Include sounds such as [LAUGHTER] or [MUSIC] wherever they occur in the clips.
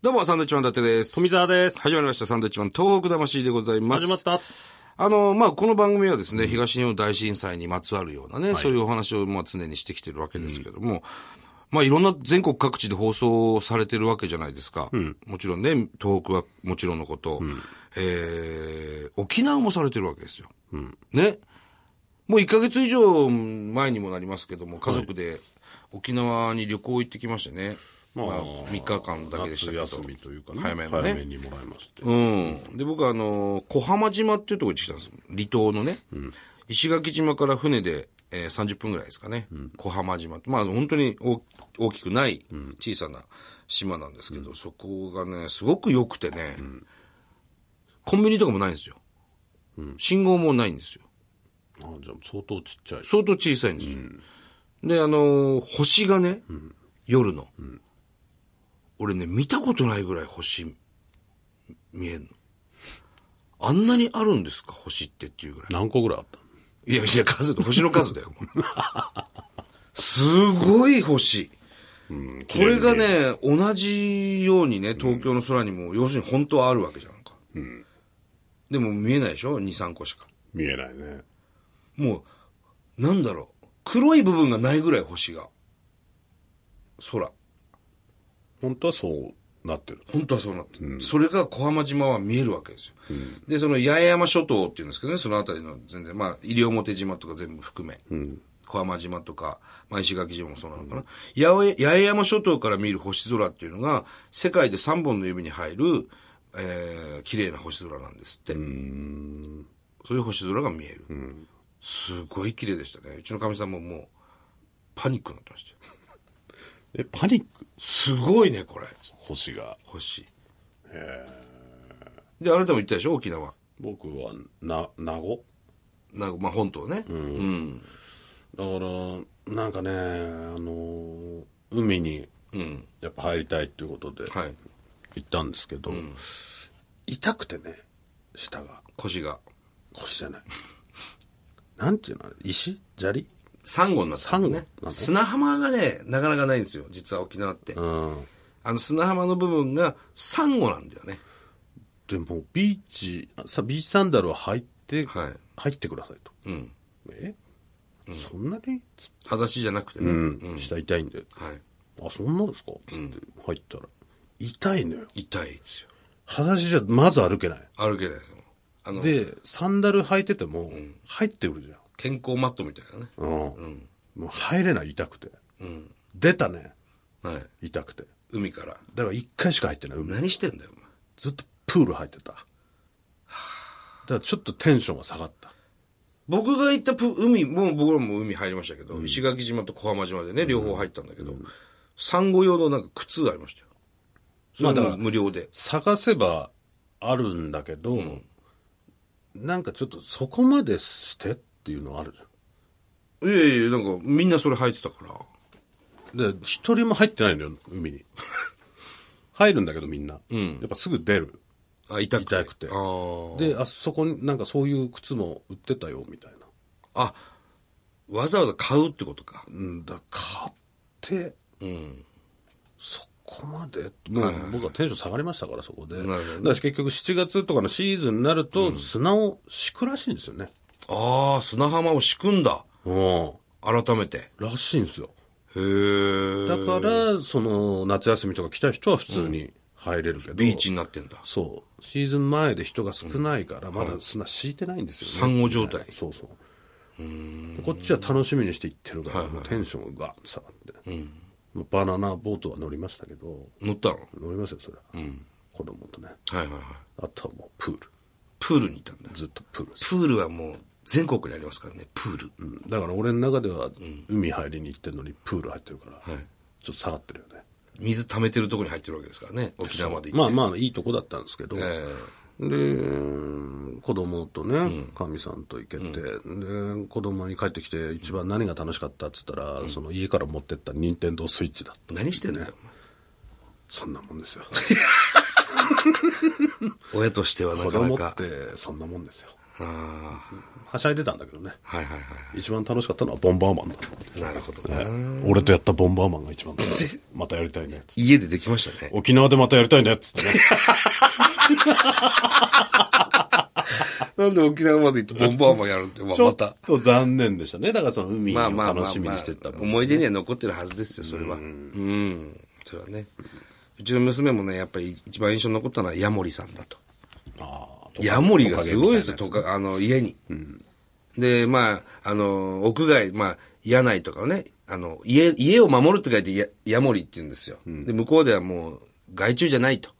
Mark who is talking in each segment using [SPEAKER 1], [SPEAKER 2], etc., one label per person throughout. [SPEAKER 1] どうも、サンドイッチマン伊達です。
[SPEAKER 2] 富澤です。
[SPEAKER 1] 始まりました、サンドイッチマン東北魂でございます。
[SPEAKER 2] 始まった。
[SPEAKER 1] あの、まあ、この番組はですね、東日本大震災にまつわるようなね、そういうお話をまあ常にしてきてるわけですけども、まあ、いろんな全国各地で放送されてるわけじゃないですか。もちろんね、東北はもちろんのこと、えー、沖縄もされてるわけですよ。ね。もう1ヶ月以上前にもなりますけども、家族で沖縄に旅行行ってきましてね。ま
[SPEAKER 2] まあ
[SPEAKER 1] あ、3日間だけでした
[SPEAKER 2] 夏
[SPEAKER 1] けど。
[SPEAKER 2] 休みというかね。
[SPEAKER 1] 早めのね
[SPEAKER 2] 早めにもらいまして。
[SPEAKER 1] うん。で、僕はあのー小浜島っていうところに来たんですよ離島のね。石垣島から船で、えー30分ぐらいですかね。小浜島。まあ本当に大大きくない小さな島なんですけど、そこがね、すごく良くてね、コンビニとかもないんですよ。信号もないんですよ。
[SPEAKER 2] あじゃあ相当ちっちゃい。
[SPEAKER 1] 相当小さいんですよ。で、あのー星がね、夜の、俺ね、見たことないぐらい星、見えんの。あんなにあるんですか星ってっていうぐらい。
[SPEAKER 2] 何個ぐらいあったの
[SPEAKER 1] いやいや、数、星の数だよ。もうすごい星。これがね、同じようにね、東京の空にも、要するに本当はあるわけじゃんか。でも見えないでしょ ?2、3個しか。
[SPEAKER 2] 見えないね。
[SPEAKER 1] もう、なんだろう。黒い部分がないぐらい星が。空。
[SPEAKER 2] 本当はそうなってる。
[SPEAKER 1] 本当はそうなってる、それが小浜島は見えるわけですよ。で、その八重山諸島っていうんですけどね、そのあたりの全然、まあ、西表島とか全部含め、小浜島とか、まあ、石垣島もそうなのかな、八重。八重山諸島から見る星空っていうのが、世界で3本の指に入る、えー、綺麗な星空なんですって。そういう星空が見える。すごい綺麗でしたね。うちのかみさんももう、パニックになってましたよ。
[SPEAKER 2] え、パニック
[SPEAKER 1] すごいね、これ。
[SPEAKER 2] 星が。
[SPEAKER 1] 星。で、あなたも行ったでしょ沖縄。
[SPEAKER 2] 僕は、な、名護
[SPEAKER 1] なんか、まあ、本島ね。うん。
[SPEAKER 2] だから、なんかね、あのー海に、
[SPEAKER 1] うん。
[SPEAKER 2] やっぱ入りたいっていうことで、
[SPEAKER 1] はい。
[SPEAKER 2] 行ったんですけど、痛くてね、下が。
[SPEAKER 1] 腰が。
[SPEAKER 2] 腰じゃない。なんていうのあれ石砂利
[SPEAKER 1] サンゴになった、
[SPEAKER 2] サン
[SPEAKER 1] ね
[SPEAKER 2] ゴ。なんか
[SPEAKER 1] 砂浜がね、なかなかないんですよ。実は沖縄って。
[SPEAKER 2] うん。
[SPEAKER 1] あの砂浜の部分がサンゴなんだよね。
[SPEAKER 2] でもビーチさビーチサンダルを履いて、
[SPEAKER 1] はい
[SPEAKER 2] 入ってくださいと
[SPEAKER 1] うん。
[SPEAKER 2] え、そんなにつって、
[SPEAKER 1] 裸足じゃなくてね。
[SPEAKER 2] 下痛いんで
[SPEAKER 1] はい。
[SPEAKER 2] あそんなですかつって入ったら、痛いのよ
[SPEAKER 1] 痛いですよ。
[SPEAKER 2] 裸足じゃまず歩けない
[SPEAKER 1] 歩けないですもん。あの、
[SPEAKER 2] でサンダル履いてても入ってくるじゃん
[SPEAKER 1] 健康マットみたいなね。
[SPEAKER 2] うん、もう入れない痛くて
[SPEAKER 1] うん。
[SPEAKER 2] 出たね
[SPEAKER 1] はい。
[SPEAKER 2] 痛くて
[SPEAKER 1] 海から。
[SPEAKER 2] だから一回しか入ってない海
[SPEAKER 1] 何してんだよ、お前。
[SPEAKER 2] ずっとプール入ってただからちょっとテンションが下がった
[SPEAKER 1] 僕が行ったプ海、もう僕らも海入りましたけど、石垣島と小浜島でね、両方入ったんだけど、産後用のなんか靴ありましたよ。それ
[SPEAKER 2] まあだか
[SPEAKER 1] も
[SPEAKER 2] ら
[SPEAKER 1] 無料で。
[SPEAKER 2] 探せばあるんだけど、なんかちょっとそこまでしてっていうのあるじ
[SPEAKER 1] いやいや、なんかみんなそれ履いてたから。
[SPEAKER 2] ゃん。で、一人も入ってないのよ、海に。 [LAUGHS] 入るんだけどみんな。やっぱすぐ出る。
[SPEAKER 1] あ、痛くて。
[SPEAKER 2] 痛くて
[SPEAKER 1] あー
[SPEAKER 2] で、あそこになんかそういう靴も売ってたよ、みたいな。
[SPEAKER 1] あ、わざわざ買うってことか。
[SPEAKER 2] うんだ、買って、
[SPEAKER 1] うん。
[SPEAKER 2] そこまでもう僕はテンション下がりましたから、そこで。だ
[SPEAKER 1] ほ
[SPEAKER 2] か
[SPEAKER 1] どね
[SPEAKER 2] ら結局7月とかのシーズンになると、砂を敷くらしいんですよね。
[SPEAKER 1] ああ、砂浜を敷くんだ。
[SPEAKER 2] うん。
[SPEAKER 1] 改めて。
[SPEAKER 2] らしいんですよ。
[SPEAKER 1] へえ。
[SPEAKER 2] だから、その、夏休みとか来た人は普通に入れるけど、
[SPEAKER 1] ビーチになってんだ。
[SPEAKER 2] そう。シーズン前で人が少ないから、まだ砂敷いてないんですよね。
[SPEAKER 1] 産後状態
[SPEAKER 2] そうそう。こっちは楽しみにして行ってるから、もうテンションがガーッと下がって。もうバナナボートは乗りましたけど、
[SPEAKER 1] 乗ったの
[SPEAKER 2] 乗りますよ、それは。子供とね。
[SPEAKER 1] はいはいはい。
[SPEAKER 2] あとはもうプール。
[SPEAKER 1] プールにいたんだ。
[SPEAKER 2] ずっとプールです。
[SPEAKER 1] プールはもう全国にありますからね、プール。
[SPEAKER 2] うんだから俺の中では、海入りに行ってるのにプール入ってるから、
[SPEAKER 1] はい
[SPEAKER 2] ちょっと下がってるよね。
[SPEAKER 1] 水溜めてるとこに入ってるわけですからね、沖縄まで行
[SPEAKER 2] ま
[SPEAKER 1] っ
[SPEAKER 2] あ
[SPEAKER 1] て。
[SPEAKER 2] まあ、いいとこだったんですけど、
[SPEAKER 1] え
[SPEAKER 2] で、子供とね、かみさんと行けて、で、子供に帰ってきて、一番何が楽しかったって言ったら、その家から持ってった任天堂スイッチだった。
[SPEAKER 1] え何してんだよ、
[SPEAKER 2] そんなもん
[SPEAKER 1] [LAUGHS]
[SPEAKER 2] ですよ。
[SPEAKER 1] お前親としてはな
[SPEAKER 2] 子
[SPEAKER 1] かな
[SPEAKER 2] 供っ
[SPEAKER 1] か。
[SPEAKER 2] て、そんなもんですよ。
[SPEAKER 1] あ
[SPEAKER 2] はしゃいでたんだけどね。
[SPEAKER 1] あ、はいはいは
[SPEAKER 2] 一番楽しかったのはボンバーマンだった。
[SPEAKER 1] い。なるほどね。
[SPEAKER 2] 俺とやったボンバーマンが一番楽しかったまたやりたいね。つって
[SPEAKER 1] 家でできましたね。
[SPEAKER 2] 沖縄でまたやりたいね。つってね。
[SPEAKER 1] なんで沖縄まで行ってボンバーマンやるって、 [LAUGHS] まあ
[SPEAKER 2] ちょ
[SPEAKER 1] ま。
[SPEAKER 2] ったと残念でしたね。だからその海を
[SPEAKER 1] まあまあま
[SPEAKER 2] 楽
[SPEAKER 1] あ
[SPEAKER 2] しみ
[SPEAKER 1] ま
[SPEAKER 2] に
[SPEAKER 1] あ
[SPEAKER 2] してた、もん
[SPEAKER 1] 思い出には残ってるはずですよ、それは。うん。それはね。うちの娘もね、やっぱり一番印象に残ったのはヤモリさんだと。
[SPEAKER 2] あー
[SPEAKER 1] ヤモリがすごいですよ、とか、あの、家に。で、まあ、あの、屋外、まあ、屋内とかね、あの、家、家を守るって書いてやヤモリって言うんですよ。で、向こうではもう、害虫じゃないと。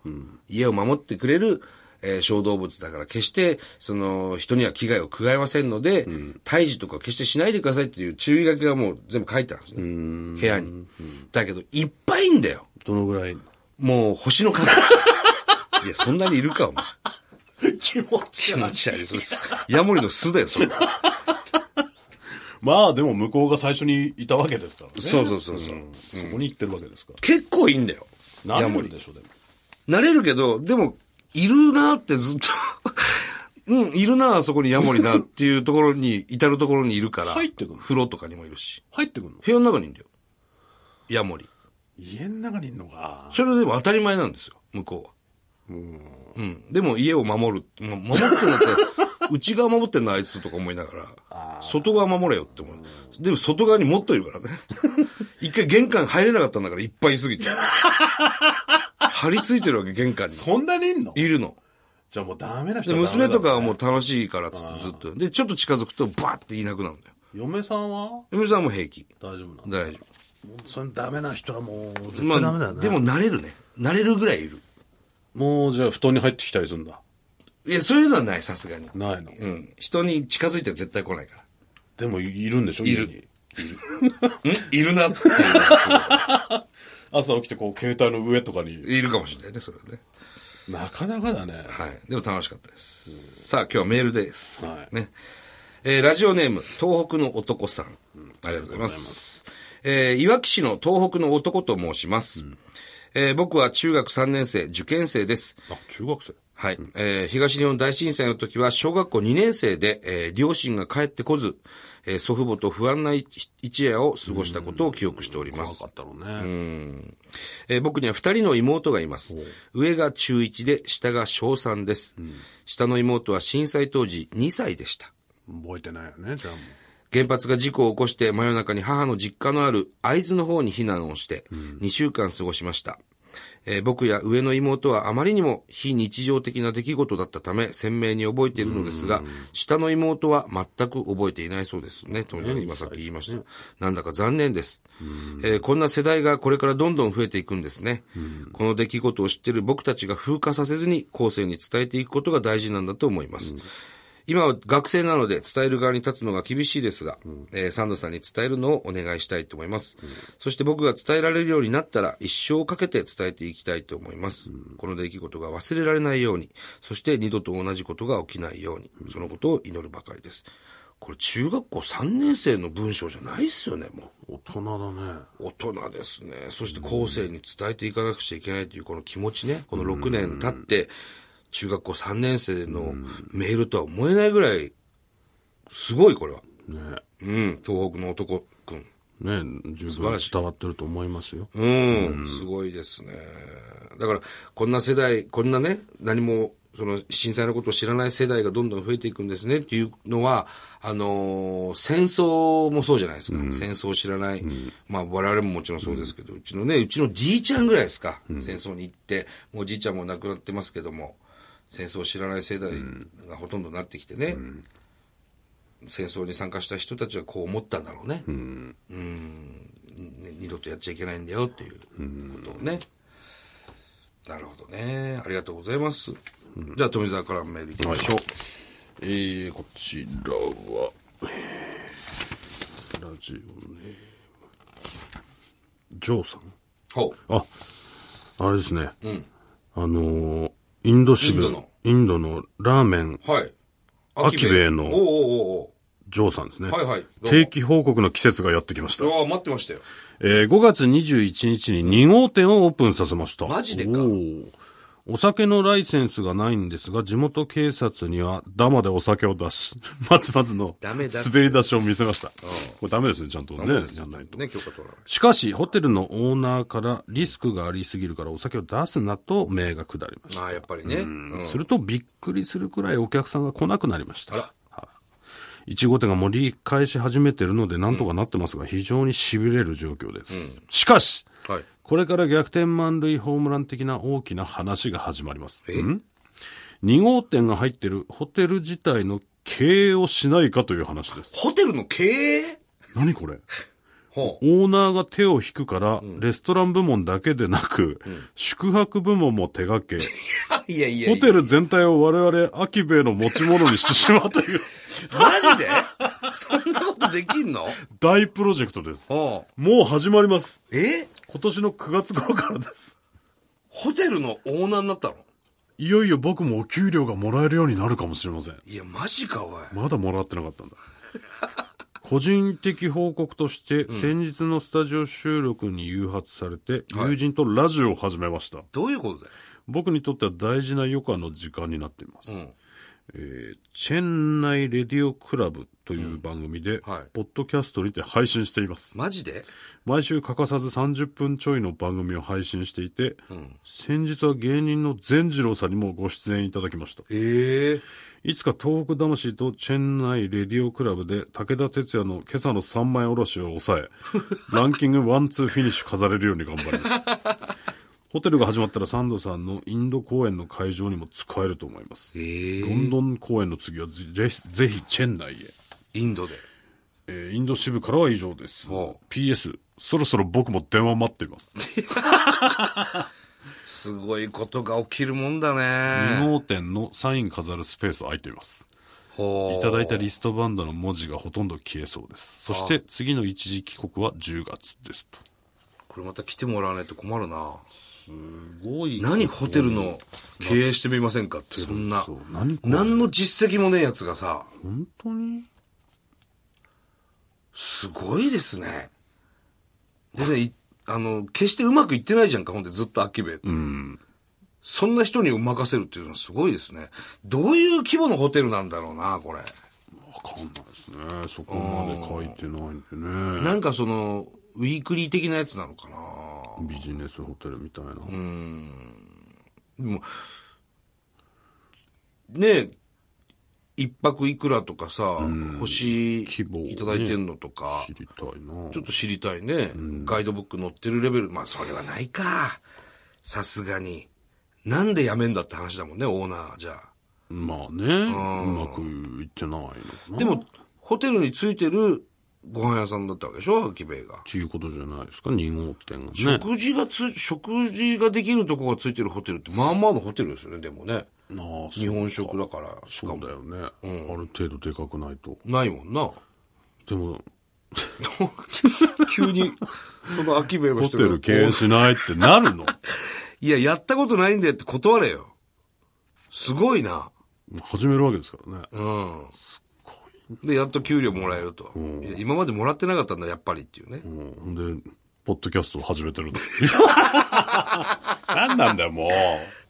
[SPEAKER 1] 家を守ってくれる、えー小動物だから、決して、その、人には危害を加えませんので、退治とか決してしないでくださいっていう注意書きがもう全部書いてあるんですね。部屋に。だけど、いっぱいいんだよ。
[SPEAKER 2] どのぐらい
[SPEAKER 1] もう、星 [LAUGHS] の数。いや、そんなにいるか、お前。
[SPEAKER 2] 気持
[SPEAKER 1] [LAUGHS]
[SPEAKER 2] ち
[SPEAKER 1] 気持ち悪い。それ、ヤモリの巣だよ、それ。
[SPEAKER 2] まあでも向こうが最初にいたわけですからね。
[SPEAKER 1] そうそうそうそう
[SPEAKER 2] うんそこに行ってるわけですから。
[SPEAKER 1] 結構いいんだよ。
[SPEAKER 2] なれるでしょ、でも。
[SPEAKER 1] 慣れるけど、でも、いるなってずっと、うん、いるなあそこにヤモリなっていうところに、至るところにいるから。
[SPEAKER 2] 入ってくの
[SPEAKER 1] 風呂とかにもいるし。
[SPEAKER 2] 入ってくんの
[SPEAKER 1] 部屋の中にいるんだよ。ヤモリ。
[SPEAKER 2] 家の中にいんのか。
[SPEAKER 1] それでも当たり前なんですよ、向こうは。うん。でも家を守る。ま守ってんだって、 [LAUGHS] 内側守ってんのあいつとか思いながら、外側守れよって思う。でも外側にもっといるからね。 [LAUGHS] 一回玄関入れなかったんだからいっぱいいすぎて。張り付いてるわけ、玄関に。
[SPEAKER 2] そんなにいんの
[SPEAKER 1] いるの。
[SPEAKER 2] じゃあもうダメな人
[SPEAKER 1] で、
[SPEAKER 2] はダメだ
[SPEAKER 1] 娘とかはもう楽しいからっつってずっと。で、ちょっと近づくとバーっていなくなるんだよ。
[SPEAKER 2] 嫁さんは
[SPEAKER 1] 嫁さんも平気。
[SPEAKER 2] 大丈夫なの
[SPEAKER 1] 大丈
[SPEAKER 2] そのダメな人はもう絶
[SPEAKER 1] 夫。
[SPEAKER 2] 対ダメだよ
[SPEAKER 1] あ、
[SPEAKER 2] ね。
[SPEAKER 1] でも慣れるね。慣れるぐらいいる。
[SPEAKER 2] もうじゃあ布団に入ってきたりするんだ。
[SPEAKER 1] いや、そういうのはない、さすがに。
[SPEAKER 2] ないの。
[SPEAKER 1] うん。人に近づいては絶対来ないから。
[SPEAKER 2] でもいるんでしょい
[SPEAKER 1] いる。んいるなっていうのはす
[SPEAKER 2] 朝起きてこう携帯の上とかに。
[SPEAKER 1] ごい。いるかもしれないね、それはね。
[SPEAKER 2] なかなかだね。
[SPEAKER 1] はい。でも楽しかったです。さあ、今日はメールです。
[SPEAKER 2] はい
[SPEAKER 1] ね。えーラジオネーム、東北の男さん。ありがとうございます。えーいわき市の東北の男と申します。えー僕は中学3年生、受験生です。
[SPEAKER 2] あ、中学生。
[SPEAKER 1] はい。えー東日本大震災の時は、小学校2年生で、えー両親が帰ってこず、えー祖父母と不安な一一夜を過ごしたことを記憶しておりま
[SPEAKER 2] 怖
[SPEAKER 1] す
[SPEAKER 2] か。ったろうね。
[SPEAKER 1] えー僕には二人の妹がいます。上が中1で、下が小3です。下の妹は震災当時2歳でした。
[SPEAKER 2] 覚えてないよね、じゃあもう。
[SPEAKER 1] 原発が事故を起こして真夜中に母の実家のある会津の方に避難をして、2週間過ごしました。えー僕や上の妹はあまりにも非日常的な出来事だったため鮮明に覚えているのですが、下の妹は全く覚えていないそうですね。というふうに今さっき言いました。なんだか残念です、えーこんな世代がこれからどんどん増えていくんですね。この出来事を知っている僕たちが風化させずに後世に伝えていくことが大事なんだと思います。今は学生なので伝える側に立つのが厳しいですが、えーサンドさんに伝えるのをお願いしたいと思います、そして僕が伝えられるようになったら一生かけて伝えていきたいと思います、この出来事が忘れられないように、そして二度と同じことが起きないように、そのことを祈るばかりです。これ中学校3年生の文章じゃないですよね、もう。
[SPEAKER 2] 大人だね。
[SPEAKER 1] 大人ですね。そして後世に伝えていかなくちゃいけないというこの気持ちね。この6年経って、中学校3年生のメールとは思えないぐらい、すごいこれは。
[SPEAKER 2] ね
[SPEAKER 1] うん、東北の男くん。
[SPEAKER 2] ね十分伝わってると思いますよ。
[SPEAKER 1] うん、すごいですね。だから、こんな世代、こんなね、何も、その震災のことを知らない世代がどんどん増えていくんですねっていうのは、あのー戦争もそうじゃないですか。戦争を知らない。まあ我々ももちろんそうですけど、うちのね、うちのじいちゃんぐらいですか。戦争に行って、もうじいちゃんも亡くなってますけども、戦争を知らない世代がほとんどなってきてね、戦争に参加した人たちはこう思ったんだろうね。ね二度とやっちゃいけないんだよっていうことをね。なるほどね。ありがとうございます。じゃあ、富澤からメールいきましょう。
[SPEAKER 2] えー、こちらは、ラジオネーム。ジョーさん
[SPEAKER 1] ほう。
[SPEAKER 2] あ、あれですね。あのーインド支部、
[SPEAKER 1] インドの
[SPEAKER 2] インドのラーメン、
[SPEAKER 1] はい。
[SPEAKER 2] アキベイの
[SPEAKER 1] おうおうおう
[SPEAKER 2] ジョーさんですね。
[SPEAKER 1] はいはいどうも
[SPEAKER 2] 定期報告の季節がやってきました。
[SPEAKER 1] おう。ああ、待ってましたよ。
[SPEAKER 2] えー5月21日に2号店をオープンさせました。
[SPEAKER 1] マジでか
[SPEAKER 2] おーお酒のライセンスがないんですが、地元警察にはダマでお酒を出し、 [LAUGHS] まずまずの
[SPEAKER 1] ダメだっつって
[SPEAKER 2] 滑り出しを見せました。これダメですね、ちゃんとね、やんないと。
[SPEAKER 1] ね、許可取らない。
[SPEAKER 2] しかし、ホテルのオーナーからリスクがありすぎるからお酒を出すなと命が下りました。
[SPEAKER 1] まあ、やっぱりね。うん
[SPEAKER 2] するとびっくりするくらいお客さんが来なくなりました。
[SPEAKER 1] あら
[SPEAKER 2] はい。1号店が盛り返し始めてるのでなんとかなってますが、非常に痺れる状況です。しかし、
[SPEAKER 1] はい。
[SPEAKER 2] これから逆転満塁ホームラン的な大きな話が始まります。ん ?2 号店が入ってるホテル自体の経営をしないかという
[SPEAKER 1] [LAUGHS]
[SPEAKER 2] 話です。
[SPEAKER 1] ホテルの経営
[SPEAKER 2] 何これ
[SPEAKER 1] ほう。
[SPEAKER 2] オーナーが手を引くから、レストラン部門だけでなく、宿泊部門も手掛け、
[SPEAKER 1] いやいやいや。
[SPEAKER 2] ホテル全体を我々、秋兵衛の持ち物にしてしまうという
[SPEAKER 1] マジでそんなことできんの
[SPEAKER 2] 大プロジェクトです。
[SPEAKER 1] ほ
[SPEAKER 2] もう始まります。
[SPEAKER 1] う。え
[SPEAKER 2] 今年の9月頃からです。
[SPEAKER 1] ホテルのオーナーになったの
[SPEAKER 2] いよいよ僕もお給料がもらえるようになるかもしれません。
[SPEAKER 1] いや、マジか、おい。
[SPEAKER 2] まだもらってなかったんだ。個人的報告として、先日のスタジオ収録に誘発されて、友人とラジオを始めました。
[SPEAKER 1] どういうことだよ。
[SPEAKER 2] 僕にとっては大事な余暇の時間になっています。
[SPEAKER 1] ん
[SPEAKER 2] えーチェンナイレディオクラブという番組で、
[SPEAKER 1] はい
[SPEAKER 2] ポッドキャストにて配信しています。
[SPEAKER 1] マジで
[SPEAKER 2] 毎週欠かさず30分ちょいの番組を配信していて、
[SPEAKER 1] ん
[SPEAKER 2] 先日は芸人の善次郎さんにもご出演いただきました。
[SPEAKER 1] ええ
[SPEAKER 2] いつか東北魂とチェンナイレディオクラブで武田鉄矢の今朝の三枚おろしを抑え、ランキングワンツーフィニッシュ飾れるように頑張ります。ホテルが始まったらサンドさんのインド公演の会場にも使えると思います。
[SPEAKER 1] ええ
[SPEAKER 2] ロンドン公演の次はぜぜひぜひチェンナイへ。
[SPEAKER 1] インドで。
[SPEAKER 2] えーインド支部からは以上です
[SPEAKER 1] おう。
[SPEAKER 2] PS、そろそろ僕も電話待っています。
[SPEAKER 1] すごいことが起きるもんだ
[SPEAKER 2] 2
[SPEAKER 1] ね。
[SPEAKER 2] 号店のサイン飾るスペース空いています。
[SPEAKER 1] ほう
[SPEAKER 2] いただいたリストバンドの文字がほとんど消えそうです。そして次の一時帰国は10月ですと。
[SPEAKER 1] これまた来てもらわないと困るな。
[SPEAKER 2] すごい
[SPEAKER 1] 何ホテルの経営してみませんかって、そんな
[SPEAKER 2] そう。何これ
[SPEAKER 1] 何の実績もねえやつがさ、
[SPEAKER 2] 本当に
[SPEAKER 1] すごいですね。でね、いあの、決してうまくいってないじゃんか、ほんでずっとアキベって。そんな人に任せるっていうのはすごいですね。どういう規模のホテルなんだろうな、これ。
[SPEAKER 2] わかんないですね。そこまで書いてないんでね。
[SPEAKER 1] なんかその、ウィークリー的なやつなのかな。
[SPEAKER 2] ビジネスホテルみたいな。
[SPEAKER 1] でも、ねえ、一泊いくらとかさ、星い
[SPEAKER 2] 希望をね
[SPEAKER 1] ただいてんのとか、
[SPEAKER 2] 知りたいな。
[SPEAKER 1] ちょっと知りたいね。ガイドブック載ってるレベル。まあ、それはないか。さすがに。なんでやめんだって話だもんね、オーナーじゃあ。
[SPEAKER 2] まあね、うまくいってないのかな。
[SPEAKER 1] で
[SPEAKER 2] っ
[SPEAKER 1] も、ホテルについてるご飯屋さんだったわけでしょアキベイが。
[SPEAKER 2] ていうことじゃないですか、2号店がね。
[SPEAKER 1] 食事がつ、食事ができるとこがついてるホテルって、まあまあのホテルですよね、でもね。
[SPEAKER 2] ああ、
[SPEAKER 1] 日
[SPEAKER 2] そう
[SPEAKER 1] 本食だから、しか
[SPEAKER 2] そう
[SPEAKER 1] も。
[SPEAKER 2] だよね、ある程度でかくないと。
[SPEAKER 1] ないもんな。
[SPEAKER 2] でも、
[SPEAKER 1] 急に、そのアキベイの
[SPEAKER 2] ホ
[SPEAKER 1] 人
[SPEAKER 2] テ
[SPEAKER 1] が
[SPEAKER 2] ル経営しないってな
[SPEAKER 1] [LAUGHS]
[SPEAKER 2] るの
[SPEAKER 1] いや、やったことないんだよって断れよ。すごいな。
[SPEAKER 2] 始めるわけですからね。
[SPEAKER 1] うん。で、やっと給料もらえると。いや今までもらってなかったんだ、やっぱりっていうね。
[SPEAKER 2] うん。で、ポッドキャストを始めてるの。何なんだよ、もう。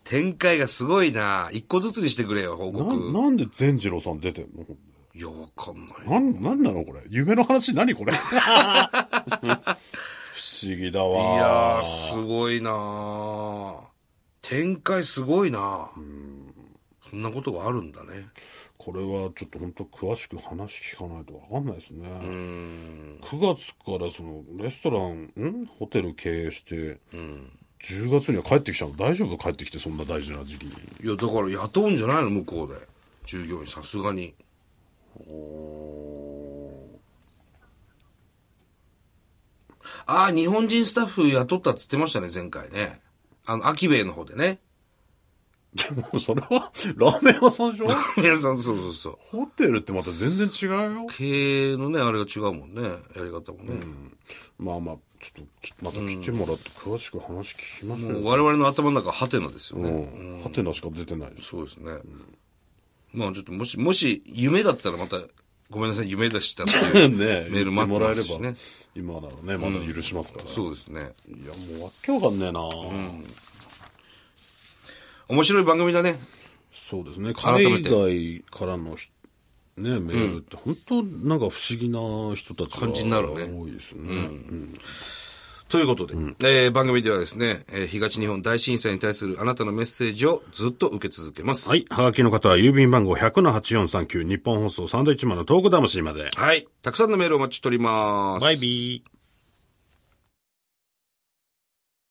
[SPEAKER 1] 展開がすごいな一個ずつにしてくれよ、報
[SPEAKER 2] な、
[SPEAKER 1] 告。
[SPEAKER 2] なんで善次郎さん出てんの
[SPEAKER 1] いや、わかんない。
[SPEAKER 2] なん、なんなのこれ。夢の話何これ。不思議だ
[SPEAKER 1] いや
[SPEAKER 2] わ。
[SPEAKER 1] ー、すごいな展開すごいなそんなことがあるんだね。
[SPEAKER 2] これはちょっと本当詳しく話聞かないとわかんないですね。9月からそのレストラン、んホテル経営して、10月には帰ってきちゃうの大丈夫帰ってきてそんな大事な時期に。
[SPEAKER 1] いや、だから雇うんじゃないの、向こうで。従業員、さすがに。ああ、日本人スタッフ雇ったっつってましたね、前回ね。あの、アキベイの方でね。 [LAUGHS]
[SPEAKER 2] で [LAUGHS] もそれは、ラーメン屋さんでしょ
[SPEAKER 1] 皆さん、そうそうそう。
[SPEAKER 2] ホテルってまた全然違うよ。
[SPEAKER 1] 経営のね、あれが違うもんね。やり方もね。
[SPEAKER 2] まあまあ、ちょっと、ちょっとまた来てもらって詳しく話聞きましょう
[SPEAKER 1] もう
[SPEAKER 2] よ。
[SPEAKER 1] 我々の頭の中はハテナですよ
[SPEAKER 2] う
[SPEAKER 1] ね。
[SPEAKER 2] ん。ハテナしか出てないです。
[SPEAKER 1] そうですね。まあちょっともし、もし夢だったらまた、ごめんなさい、夢でしたって
[SPEAKER 2] [LAUGHS]
[SPEAKER 1] いう
[SPEAKER 2] ね
[SPEAKER 1] メール
[SPEAKER 2] 言っ
[SPEAKER 1] 待
[SPEAKER 2] て
[SPEAKER 1] っ
[SPEAKER 2] も
[SPEAKER 1] て
[SPEAKER 2] ら
[SPEAKER 1] ま
[SPEAKER 2] え
[SPEAKER 1] す
[SPEAKER 2] れ
[SPEAKER 1] し
[SPEAKER 2] ば
[SPEAKER 1] ね。
[SPEAKER 2] 今ならね、まだ許しますから。
[SPEAKER 1] そうですね。
[SPEAKER 2] いや、もうわっけわかんねえな、
[SPEAKER 1] うん。面白い番組だね。
[SPEAKER 2] そうですね。
[SPEAKER 1] 改め
[SPEAKER 2] 海
[SPEAKER 1] て
[SPEAKER 2] 外からのひね、メールって、本当なんか不思議な人たちが
[SPEAKER 1] 感じになるね
[SPEAKER 2] 多いですね。
[SPEAKER 1] ということで、えー番組ではですね、えー東日本大震災に対するあなたのメッセージをずっと受け続けます。。
[SPEAKER 2] はいい。はがきの方は郵便番号100-8439日本放送サンドイッチマンのトーク魂まで。
[SPEAKER 1] はい。たくさんのメールをお待ちしております。
[SPEAKER 2] ビー。